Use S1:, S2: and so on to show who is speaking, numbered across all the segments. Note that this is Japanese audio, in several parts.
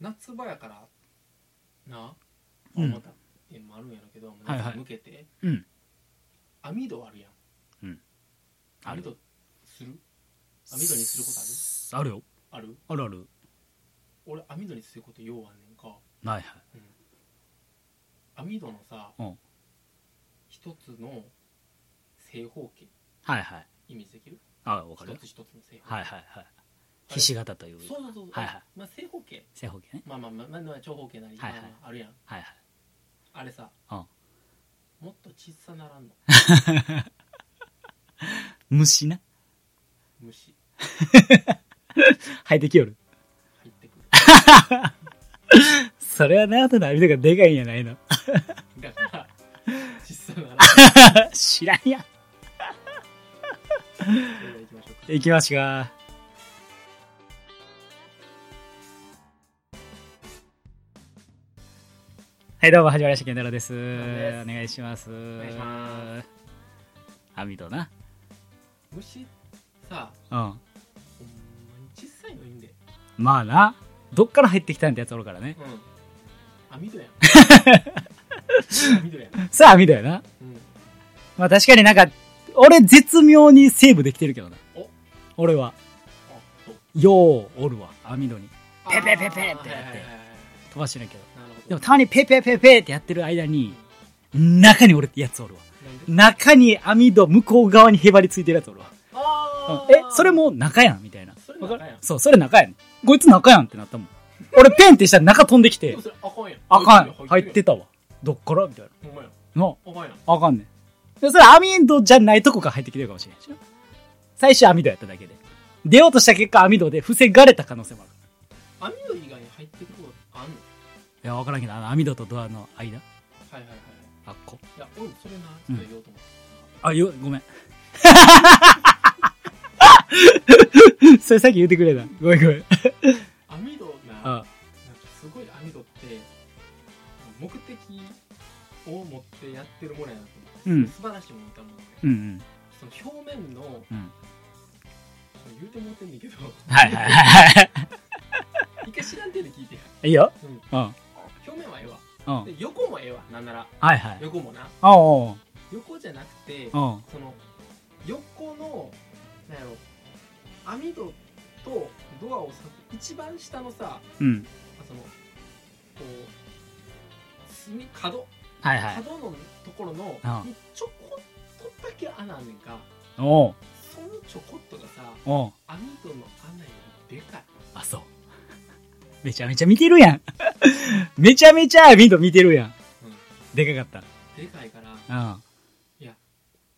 S1: 夏場やからな
S2: うん
S1: 思った点もあるんやろうけど、
S2: はい
S1: 夏に向けて、
S2: うん
S1: 網戸あるやん、
S2: うん
S1: 網戸する網戸にするこ
S2: あるよ
S1: とあるある
S2: あるある
S1: 俺網戸にすることようあんねんか
S2: はいはい
S1: 網戸のさ、
S2: うん
S1: 一つの正方形
S2: はいはい
S1: イメージできる
S2: あわ
S1: 一
S2: かるよ
S1: つ一つの正方形、
S2: はいはいはいひし形という
S1: そうそうそう、
S2: はいはい
S1: まあ、正方形
S2: 正方形ね
S1: まあまあまあ、まあまあ、長方形なり、
S2: はいはい
S1: まあまああるやん
S2: はいはい
S1: あれさ、
S2: うん
S1: もっと小さならんの
S2: 虫な
S1: 虫
S2: 生えてきよる
S1: 入って くる
S2: それはなあとの網とかでかいんやないの
S1: だから小さならん
S2: 知らんや
S1: それではいきましょうか
S2: 行きますかはいどうもはじめまして健太郎です
S1: です
S2: お願いします
S1: 願いしま
S2: 網戸な
S1: 虫さ
S2: うん
S1: ほんまに小さいのいいんで
S2: まあなどっから入ってきたんってやつおるからね
S1: うん網戸やん網戸やん、
S2: さあ網戸やな
S1: うん、
S2: まあ確かになんか俺絶妙にセーブできてるけどな
S1: お
S2: 俺は
S1: あそう
S2: ようおるわ網戸にペペペペってやって
S1: あーはいはいはいはい
S2: 飛ばしてないけど
S1: なるほど
S2: でもたまにペペペペってやってる間に中に俺やつおるわ
S1: なんで
S2: 中に網戸向こう側にへばりついてるやつおるわ
S1: あ
S2: うんえそれもう中やんみたいな
S1: それ中やん
S2: わかるそうそれ中やんこいつ中やんってなったもん俺ペンってしたら中飛んでき
S1: で
S2: て
S1: もそれあかんやん
S2: あかん入っ
S1: る
S2: てたわどっからみたい
S1: やんほんまや
S2: なな
S1: あかんやん
S2: あかんねんでそれ網戸じゃないとこから入ってきてるかもしれないしな最初網戸やっただけで出ようとした結果網戸で防がれた可能性もある
S1: 網戸以外に入ってくることあんの
S2: いや分からんけどあの網戸とドアの
S1: は
S2: 間
S1: いはいはいはい
S2: あっこ
S1: いや俺それなちょっと言おうと思って
S2: あよごめん それさっき言ってくれたごめんごめん
S1: た、網戸ななんか
S2: あ
S1: すごい網戸って目的を持ってやってるものやなと思って、
S2: うん
S1: 素晴らしいもんだと思うね
S2: うんうん
S1: その表面の
S2: うん
S1: 言うてもうてんねんけど
S2: はいはいはいは
S1: 一回知らんてんで聞いてや、
S2: いいいよ
S1: うん、
S2: うんうん
S1: 表面はええわ
S2: は
S1: で横もええわなんなら
S2: いはい
S1: 横もな
S2: おう
S1: 横じゃなくて
S2: おううん
S1: その横のなんやろ網戸とドアをさ一番下のさ
S2: うん
S1: そのこう隅角
S2: はいはい
S1: 角のところの
S2: う
S1: にちょこっとだけ穴あんねんか
S2: おう
S1: そのちょこっとがさ
S2: おう
S1: 網戸の穴よりでかい
S2: あそう めちゃめちゃ見てるやん めちゃめちゃ網戸見てるやんでかかっ
S1: でかいから
S2: た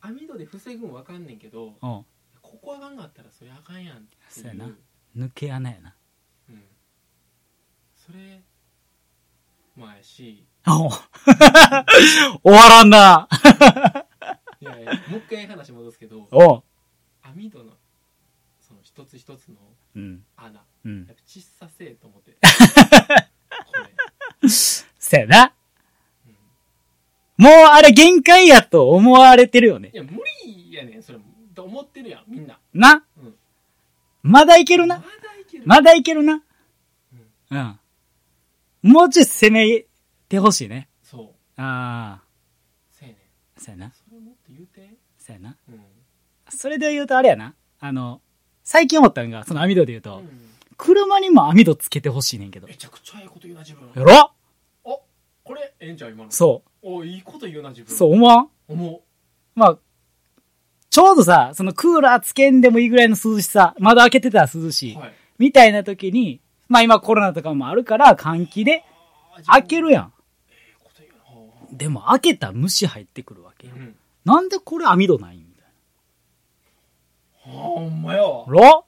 S1: 網戸で防ぐんわかんねんけど
S2: うんおう
S1: ここあかんかったらそれあかんやんってい
S2: そうやな抜け穴やな
S1: うん、それまあやし
S2: おう終わらん ない
S1: やいやもう一回話戻すけど
S2: おう
S1: 網戸のその一つ一つの
S2: うん
S1: 穴
S2: うん
S1: やっぱ小させえと 思ってこれ、
S2: そやな
S1: うん、い
S2: もうあれ限界やと思われてるよね。
S1: や無理やねんそれと思ってるやんみんな
S2: な、
S1: うん
S2: まだいける
S1: ま
S2: な。
S1: だいける
S2: まだいけるな。うん。もうちょい攻めてほしいね。
S1: そう
S2: ああ、
S1: せえねん
S2: そやな。
S1: それもっと言うて
S2: そやな。
S1: うん、
S2: それで言うとあれやな。あの、最近思ったんが、その網戸で言うと、
S1: うん
S2: 車にも網戸つけてほしいねんけど。
S1: め
S2: や
S1: ちゃくちゃええこと言うな自分
S2: ろ
S1: おこれええんちゃう今の
S2: そ
S1: おいいこと言うな自
S2: う。
S1: 分
S2: そう思わん
S1: 思
S2: まあ、ちょうどさ、そのクーラーつけんでもいいぐらいの涼しさ、窓開けてたら涼し
S1: うはい
S2: みたいな時に、まあ今コロナとかもあるから換気で
S1: あー
S2: 開けるやん。
S1: ええこと言うな
S2: でも開けたら虫入ってくるわけよ。
S1: うん
S2: なんでこれ網戸ないんみたい
S1: あーほんまやわ
S2: な。ろ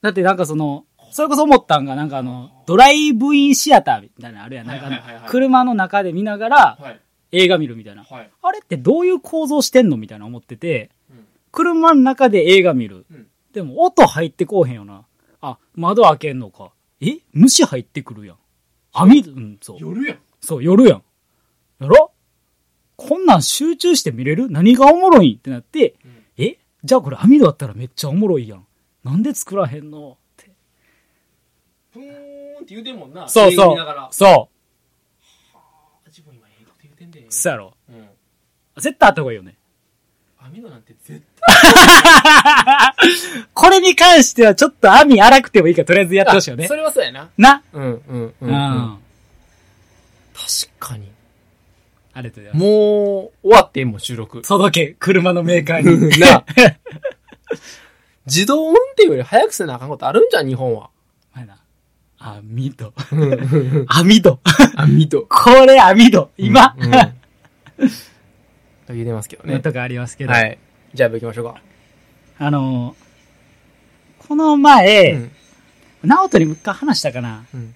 S2: だってなんかその、それこそ思ったんが、なんかあの、ドライブインシアターみたいなのあるやん。なんかあの
S1: はいはいはいはい
S2: 車の中で見ながら
S1: はい
S2: 映画見るみたいな。
S1: はい
S2: あれってどういう構造してんのみたいな思ってて、
S1: うん
S2: 車の中で映画見る。
S1: うん
S2: でも音入ってこうへんよな。あ、窓開けんのか。え虫入ってくるやん。網戸、うん、そう。
S1: 夜やん
S2: そう、夜やん。やろこんなん集中して見れる何がおもろいんってなって、
S1: うん
S2: えじゃあこれ網戸あったらめっちゃおもろいやん。なんで作らへんのって。
S1: ブーンーンって言うてんもんな。
S2: そう
S1: 映画
S2: そ
S1: 見ながら
S2: う。。そう。
S1: あ自分今英語って言うてんで。
S2: そうやろ。
S1: うん。
S2: 絶対あった方がいいよね。
S1: 網戸なんて絶
S2: これに関してはちょっと網荒くてもいいからとりあえずや
S1: 対
S2: ってほしいよね
S1: そ。れはそうやな。
S2: な。
S1: うんうんう。
S2: うんん。
S1: 確
S2: あ
S1: かに。
S2: りがとうございます。
S1: もう、終わってんもん、収録。
S2: 届け、車のメーカーに。
S1: な。自動運転より早くせなあかんことあるんじゃん、日本は。
S2: 前な。網戸。 網戸。
S1: 網戸。
S2: これ網戸。今、
S1: うんうんと言うてますけどね。
S2: とかありますけど。
S1: はい。じゃあ、行きましょうか。
S2: あのーこの前、直人にもう一回話したかな。
S1: うんうん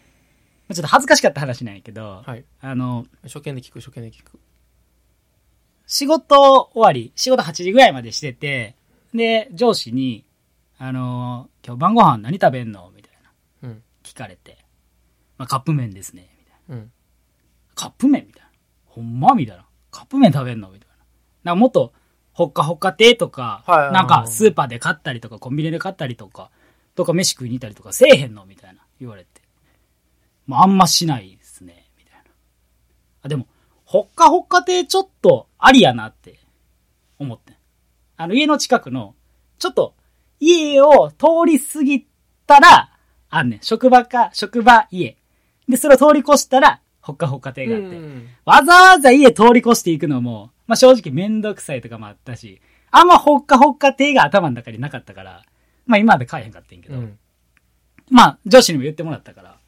S2: ちょっと恥ずかしかった話なんやけど、
S1: はい。
S2: あの、
S1: 初見で聞く、初見で聞く。
S2: 仕事終わり、仕事8時ぐらいまでしてて、で、上司に、あのー今日晩ご飯何食べんのみたいな。
S1: うん。
S2: 聞かれて、まあ、カップ麺ですね。みたいな
S1: うん。
S2: カップ麺みたいな。ほんまみたいな。カップ麺食べんのみたいな。なんかもっと、ほっかほっか亭とか、
S1: はいはいはい
S2: なんかスーパーで買ったりとか、コンビニで買ったりとか、とか飯食いに行ったりとかせえへんのみたいな。言われて。まあ、あんましないですね。みたいな。あ、でも、ほっかほっか亭ちょっとありやなって思ってん。あの、家の近くの、ちょっと、家を通り過ぎたら、あんねん。職場か、職場、家。で、それを通り越したら、ほっかほっか亭があって。わざわざ家通り越していくのも、まあ、正直めんどくさいとかもあったし、あんまほっかほっか手が頭の中になかったから、まあ今まで買えへんかったんやけ
S1: う
S2: ど、
S1: ん。
S2: まあ上司にも言ってもらったから、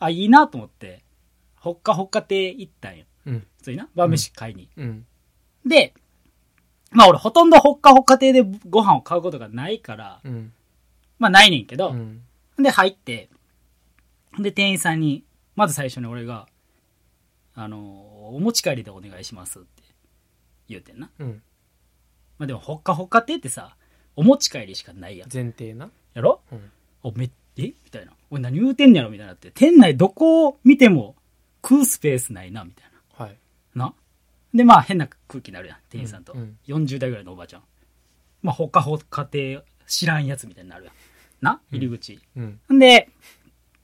S2: あ、いいなと思って、ほっかほっか手行ったんよ。
S1: うん。
S2: 普通にな、晩飯買いに。
S1: うん。
S2: で、まあ俺ほとんどほっかほっか亭でご飯を買うことがないから、
S1: うん。
S2: まあないねんけど、
S1: うん。
S2: で、入って、で、店員さんに、まず最初に俺が、あの、お持ち帰りでお願いしますって言うてんな。
S1: うん。
S2: まあでも、ほっかほっかってってさ、お持ち帰りしかないやん。
S1: 前提な。
S2: やろ
S1: うん。
S2: おめ、えみたいな。俺何言うてんねやろみたいなって。店内どこを見ても食うスペースないな、みたい
S1: はい。
S2: な。な。で、まあ変な空気になるやん、店員さんと。
S1: うんうん
S2: 40代ぐらいのおばちゃん。まあ、ほっかほっかって知らんやつみたいになるやん。な入り口。
S1: うん。
S2: んで、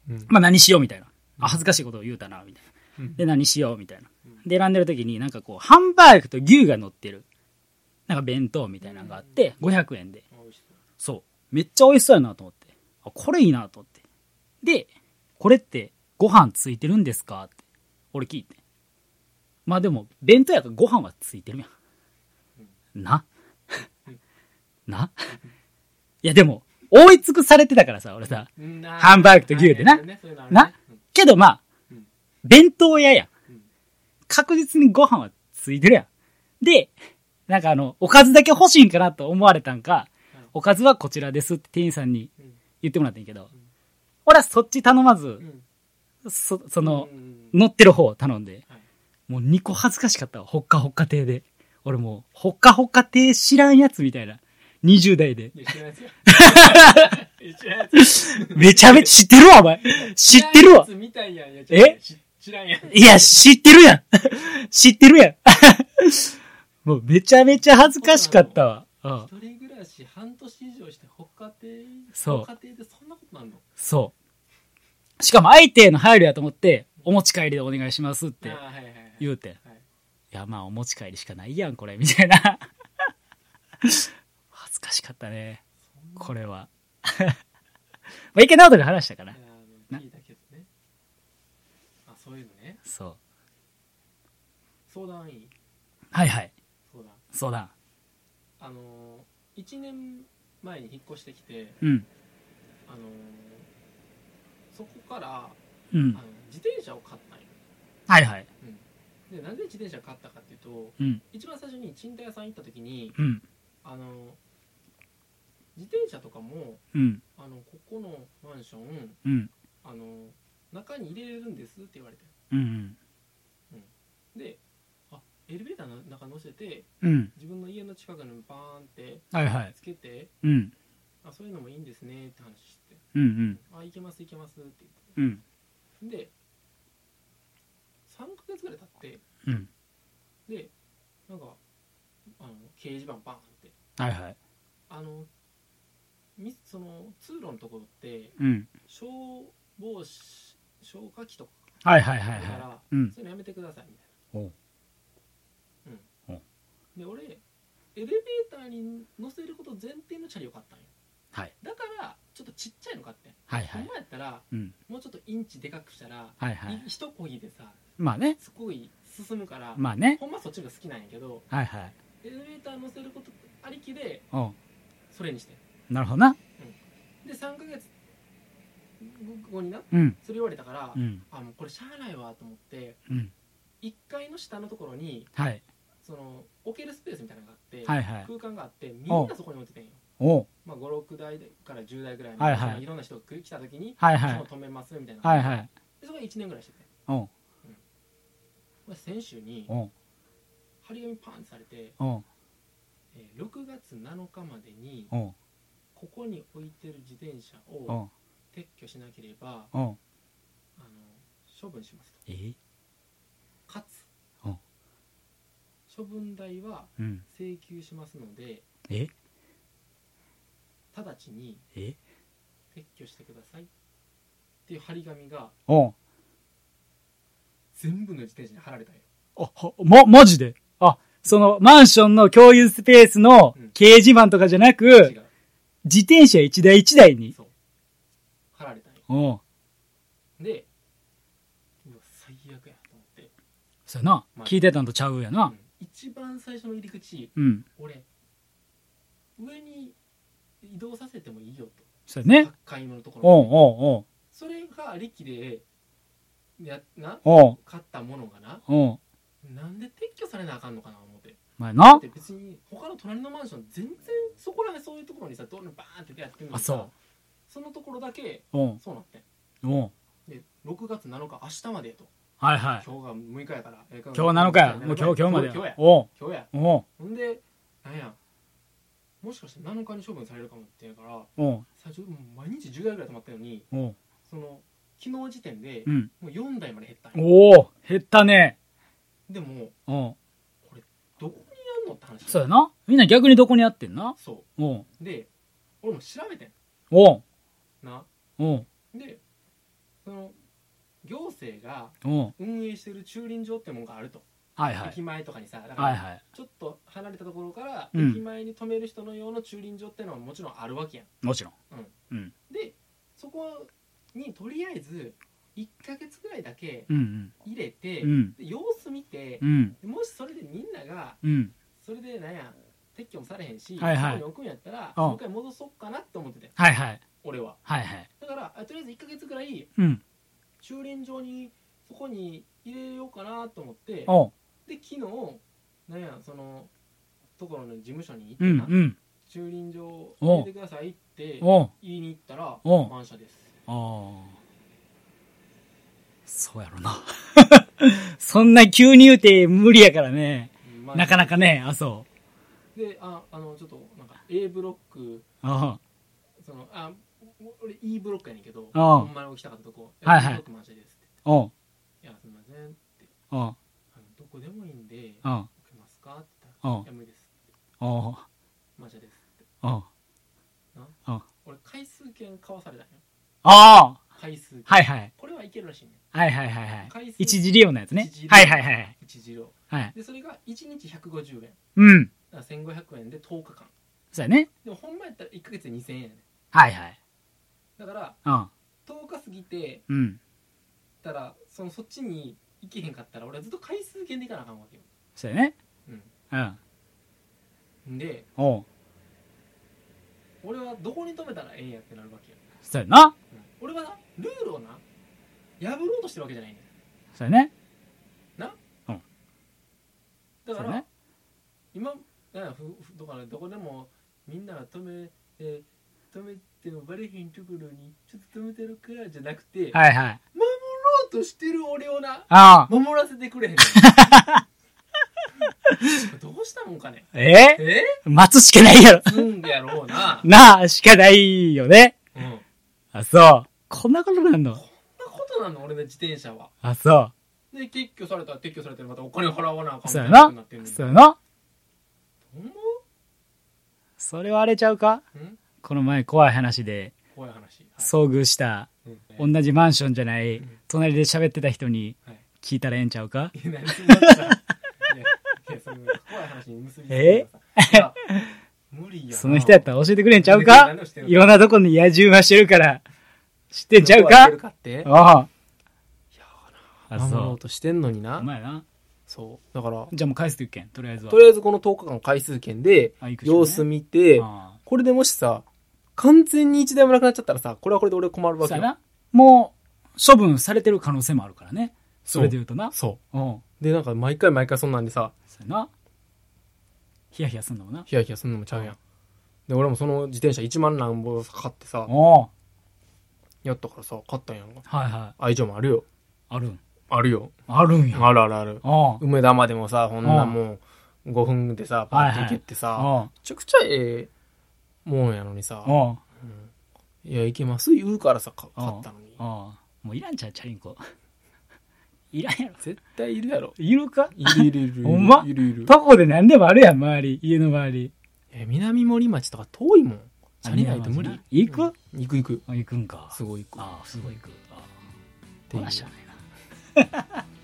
S1: うん。
S2: まあ何しようみたいな。あ、恥ずかしいことを言うたな、みたいな
S1: うん。
S2: で、何しようみたいな。で、選んでる時になんかこう、ハンバーグと牛が乗ってる、なんか弁当みたいなのがあって、500円で。そう。めっちゃ美味しそうやなと思って。あ、これいいなと思って。で、これってご飯ついてるんですかって。俺聞いて。まあでも、弁当やからご飯はついてるやん。な ないやでも、覆い尽くされてたからさ、俺さ。ハ
S1: ハ
S2: ンバーグと牛でななけどまあ
S1: うん、
S2: 弁当屋や
S1: うん。
S2: 確実にご飯はついてるやん。で、なんかあの、おかずだけ欲しいんかなと思われたんか
S1: うん、
S2: おかずはこちらですって店員さんに
S1: うん
S2: 言ってもらったんやけど、俺はそっち頼まず、そ、その、乗ってる方を頼んで
S1: はい、
S2: もう2個恥ずかしかったわ。ほっかほっか亭で。俺もう、ほっかほっか亭知らんやつみたいな。20代で。
S1: 一緒のや つや
S2: めちゃめちゃ知ってるわ、お前。知ってるわ。
S1: みたいやんいや
S2: え
S1: 知知らんやん
S2: いや、知ってるやん。 知ってるやん。 もうめちゃめちゃ恥ずかしかったわ。うん。
S1: 一人暮らし半年以上して他庭
S2: そう
S1: 他庭でそんなことなんの
S2: そう。しかも相手の配慮やと思って、お持ち帰りでお願いしますって
S1: ああはいはいはい
S2: 言うて。
S1: はい
S2: いや、まあお持ち帰りしかないやん、これ、みたいな。 恥ずかしかったね。これは。 まあ、池直人が話したか
S1: い
S2: な
S1: や。あ
S2: な
S1: の聞いたけどねあそういうのね
S2: そう。
S1: 相談員
S2: はいはい。
S1: 相談
S2: 相談。
S1: あのー、1年前に引っ越してきて
S2: うん。
S1: あのー、そこから
S2: う
S1: あ
S2: ん
S1: の。自転車を買ったんよ
S2: はいはい。
S1: でなんで自転車買ったかっていうと
S2: うん。
S1: 一番最初に賃貸屋さん行った時に
S2: うん。
S1: あの自転車とかも
S2: うん。
S1: あのここのマンション
S2: うん。
S1: あの中に入れれるんですって言われて
S2: うん。
S1: であエレベーターの中乗せて
S2: うん。
S1: 自分の家の近くにバーンって
S2: はいはい。
S1: つけて
S2: うん。
S1: あそういうのもいいんですねって話して
S2: うんうん。
S1: あ行けます行けますって
S2: うん。
S1: 言ってで3ヶ月ぐらい経って
S2: うん。
S1: でなんかあの掲示板バーンって
S2: はいはい。
S1: あのみその通路のところって
S2: うん。
S1: 消防士消火器とか
S2: はいはいはい
S1: だか
S2: は
S1: ら、
S2: い。うん。
S1: そういうのやめてくださいみたい
S2: おう
S1: なで俺エレベーターに乗せること前提のチャリを買ったんよ
S2: はい
S1: だからちょっとちっちゃいの買ってん
S2: はいは
S1: 今
S2: い。
S1: やったら
S2: うん。
S1: もうちょっとインチでかくしたら、
S2: はいはい。
S1: 一こぎでさ
S2: まあね。
S1: すごい進むから、
S2: まあね。
S1: ほんまはそっちが好きなんやけど
S2: はいはい。
S1: エレベーター乗せることありきで
S2: おう
S1: それにして
S2: なるほどな。
S1: んで3ヶ月後にな
S2: うん。
S1: それ言われたから、
S2: うん。
S1: あもうこれしゃあないわと思って
S2: うん。
S1: 1階の下のところに
S2: はい。
S1: その置けるスペースみたいなのがあって、
S2: はいはい。
S1: 空間があってみんなそこに置いててんよ、
S2: おう
S1: まあ、56台から10台ぐらいの、
S2: はいはい
S1: そのろんな人が来来た時に、
S2: はいは
S1: そ
S2: い
S1: の。止めますみたいな、
S2: はいはい。
S1: でそこに1年ぐらいしてて
S2: おう
S1: これ先週に
S2: おう
S1: 張り紙パンってされて、
S2: おう
S1: えー6月7日までに
S2: おう
S1: ここに置いてる自転車
S2: お
S1: を
S2: う
S1: 撤去しなければ
S2: お
S1: あ
S2: う
S1: の処分しますと
S2: え
S1: かつ
S2: うん
S1: 処分代は
S2: うん。
S1: 請求しますので
S2: え
S1: 直ちに
S2: え
S1: 撤去してくださいっていう張り紙が
S2: おう
S1: 全部の自転車に貼られたんよ
S2: あ、は、ま、マジであ、その、マンションの共有スペースの
S1: うん
S2: 掲示板とかじゃな
S1: 違
S2: く、
S1: う
S2: 自転車一台一台に。
S1: そう貼られたんよ
S2: おう
S1: でうわ最悪やと思って、
S2: そうやな。
S1: まあ
S2: 聞いてたんとちゃうや
S1: う
S2: な。
S1: ん一番最初の入り口
S2: うん。
S1: 俺上に移動させてもいいよと
S2: そうやね。
S1: 買い物のところ
S2: おう
S1: に
S2: おう
S1: それが力でやな
S2: おうおう
S1: 買ったものがな
S2: おう
S1: なんで撤去されなあかんのかな思って
S2: まあ
S1: だ
S2: な
S1: っ。て別に他の隣のマンション全然そこら辺そういうところにさどんどんバーンってやってるの
S2: あ、
S1: にさ
S2: そう。
S1: そのところだけ
S2: おう
S1: そうなってん
S2: おう
S1: で6月7日明日までと
S2: はいはい。
S1: 今日が6日やからえ
S2: 今日7日や。もう今日、今日まで
S1: 今日
S2: や
S1: や。
S2: おう
S1: 今日や
S2: おう
S1: ほんでなんやもしかして7日に処分されるかもってやから
S2: おう
S1: 最初もう毎日10台ぐらい溜まったのに
S2: おう
S1: その昨日時点で
S2: うん。
S1: もう4台まで減ったんよ
S2: おお減ったね。
S1: でも
S2: おう
S1: どこにやんのって話
S2: そうやな。みんな逆にどこにやってんな。
S1: そ
S2: おう
S1: うで俺も調べてん
S2: おう
S1: な
S2: おう
S1: でその行政が
S2: おう
S1: 運営してる駐輪場ってもんがあると、
S2: はいはい。
S1: 駅前とかにさだか
S2: はい
S1: ら
S2: はい。
S1: ちょっと離れたところから
S2: うん
S1: 駅前に止める人の用の駐輪場ってのはもちろんあるわけやん
S2: もちろん。
S1: でそこにとりあえず1ヶ月ぐらいだけ
S2: うん
S1: 入れて、
S2: うん。うん。
S1: で様子見て
S2: う、ん。
S1: もしそれでみんなが
S2: うん。
S1: それでなんや撤去もされへんし、
S2: はいはい
S1: そこに置くんやったら
S2: うん
S1: もう一回戻そうかなって思ってて
S2: はいはい。
S1: 俺は
S2: はいはい。
S1: だからあとりあえず1ヶ月ぐらい
S2: うん。
S1: 駐輪場にそこに入れようかなと思って
S2: おう
S1: で昨日なんやそのところの事務所に行って
S2: うん
S1: な、
S2: うん。
S1: 駐輪場を入れてくださいって
S2: おう
S1: 言いに行ったら
S2: おう
S1: 満車です
S2: ああ。そうやろな。そんな急に言うて無理やからね。
S1: まあ
S2: なかなかね、あ、そう。
S1: でああのちょっとなんか A ブロック
S2: あ
S1: そのあお俺 E ブロックやねんけど
S2: あ
S1: ほんまに起きたかったとこ
S2: は
S1: A
S2: いはい
S1: ブロック満車ですって
S2: あ、おう
S1: いやすみません
S2: おう
S1: あのどこでもいいんで
S2: おう
S1: 置けますかって言ったら
S2: お
S1: いうや無理ですって
S2: おう
S1: 満車ですって
S2: おう
S1: 俺回数券買わされたんよ
S2: ああ
S1: 回数券
S2: はいはい。
S1: これはいけるらしいね
S2: はいはいはいはい。
S1: 回数
S2: 一時利用のやつね
S1: 一時利。用
S2: はいはいはい。
S1: 一時料
S2: はい。
S1: でそれが1日150円
S2: うん。
S1: だから1500円で10日間
S2: そうやね。
S1: でもほんまやったら1ヶ月で2000円やね
S2: はいはい。
S1: だから
S2: うん。
S1: 10日過ぎて
S2: うん。
S1: たらそのそっちに行けへんかったら俺はずっと回数券で行かなあかんわけよ
S2: そうやね。
S1: う
S2: うん。
S1: んで
S2: おう
S1: 俺はどこに止めたらええんやってなるわけよ、
S2: そうやな。
S1: うん俺はなルールをな破ろうとしてるわけじゃないね
S2: そうやね。
S1: んだ
S2: そ
S1: か
S2: う
S1: ら、
S2: やね。
S1: 今なふふだからどこでもみんなが止めて止めてもバレへんところにちょっと止めてるからじゃなくて、
S2: はいはい。
S1: そうとしてる俺をな
S2: ああ。
S1: 守らせてくれへ んねんどうしたもんかね
S2: ええ
S1: え
S2: 待つしかないやろ。
S1: すんやろうな、
S2: なあ、しかないよね。
S1: うん、こんな
S2: あ、そう。こんなことなんの
S1: ことなの俺の自転車は
S2: あ、そ
S1: で撤去されたら撤去されたらまたお金払わなあかん
S2: う。そうや
S1: みたいにな
S2: な
S1: ってん。ねん
S2: そうやな。
S1: ほんま
S2: それはあれちゃうか
S1: うん
S2: この前怖い話で、
S1: 怖い話。はい
S2: 遭遇した、
S1: うんね
S2: 同じマンションじゃない
S1: ん、
S2: 隣で喋ってた人に
S1: はい
S2: 聞いたらええんちゃうか
S1: いや何そんなさいやいやその怖い話に結びつけてさいや無理やな
S2: その人やったら教えてくれんちゃう
S1: 何
S2: か
S1: をしてる
S2: いろんなとこに野獣はしてるから、知ってんちゃう
S1: どやっ
S2: か
S1: てるって
S2: ああ。あ、
S1: 守ろう
S2: そ
S1: としてんのに
S2: う。お
S1: な
S2: 前やな。
S1: そうだから
S2: じゃあもう返すというけん、とりあえずは。
S1: とりあえずこの10日間回数券で
S2: あ行くしかない
S1: 様子見て
S2: あ
S1: これでもしさ完全に一台もなくなっちゃったらさこれはこれで俺困る
S2: あ
S1: わ
S2: そ
S1: け
S2: うや
S1: よ
S2: な。もう、処分されてる可能性もあるからね。
S1: そ
S2: そうれで言うとな。
S1: そ
S2: うん。
S1: うでなんか毎回毎回そんなんでさ
S2: そうやな。ヒヤヒヤすんのもな。
S1: ヒヤヒヤすんのもちゃうやんで俺もその自転車1万何ぼかかってさ
S2: おう
S1: やったからさ買ったんやんか
S2: はいはい。
S1: 愛情もあるよ
S2: あるん。
S1: あるよ
S2: あるんや。
S1: あるあるある
S2: おう
S1: 梅田までもさこんなもう5分でさパッと行けってさ、
S2: おう
S1: めちゃくちゃええもんやのにさ「
S2: おう
S1: いや行けます」言うからさか買ったのに
S2: おうもういらんちゃう、チャリンコ。 いらんやろ。
S1: 絶対いるやろ
S2: いるか
S1: いるいるい る
S2: ほんま
S1: いるいる
S2: 徒歩で何でもあるやん、周り。家の周り。
S1: え南森町とか遠いもんチャリないと無
S2: あ
S1: 理
S2: 行く、
S1: 行く行く
S2: あ行くんか。
S1: すごい行く
S2: ああ、すごい行く。あ
S1: て
S2: あ、
S1: いう
S2: 話じゃないな。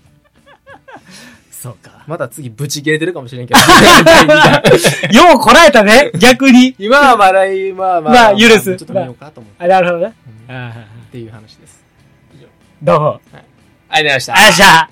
S2: そうか。
S1: まだ次ブチ切れてるかもしれ んけど
S2: ようこらえたね、逆に。
S1: 今は笑いまあまあ
S2: まあ許す
S1: ちょっと見ようかと思って、
S2: あ、なるほどね。
S1: うん
S2: ああ、
S1: っていう話です以上
S2: どうも。
S1: ありがとうございました
S2: あじゃあ。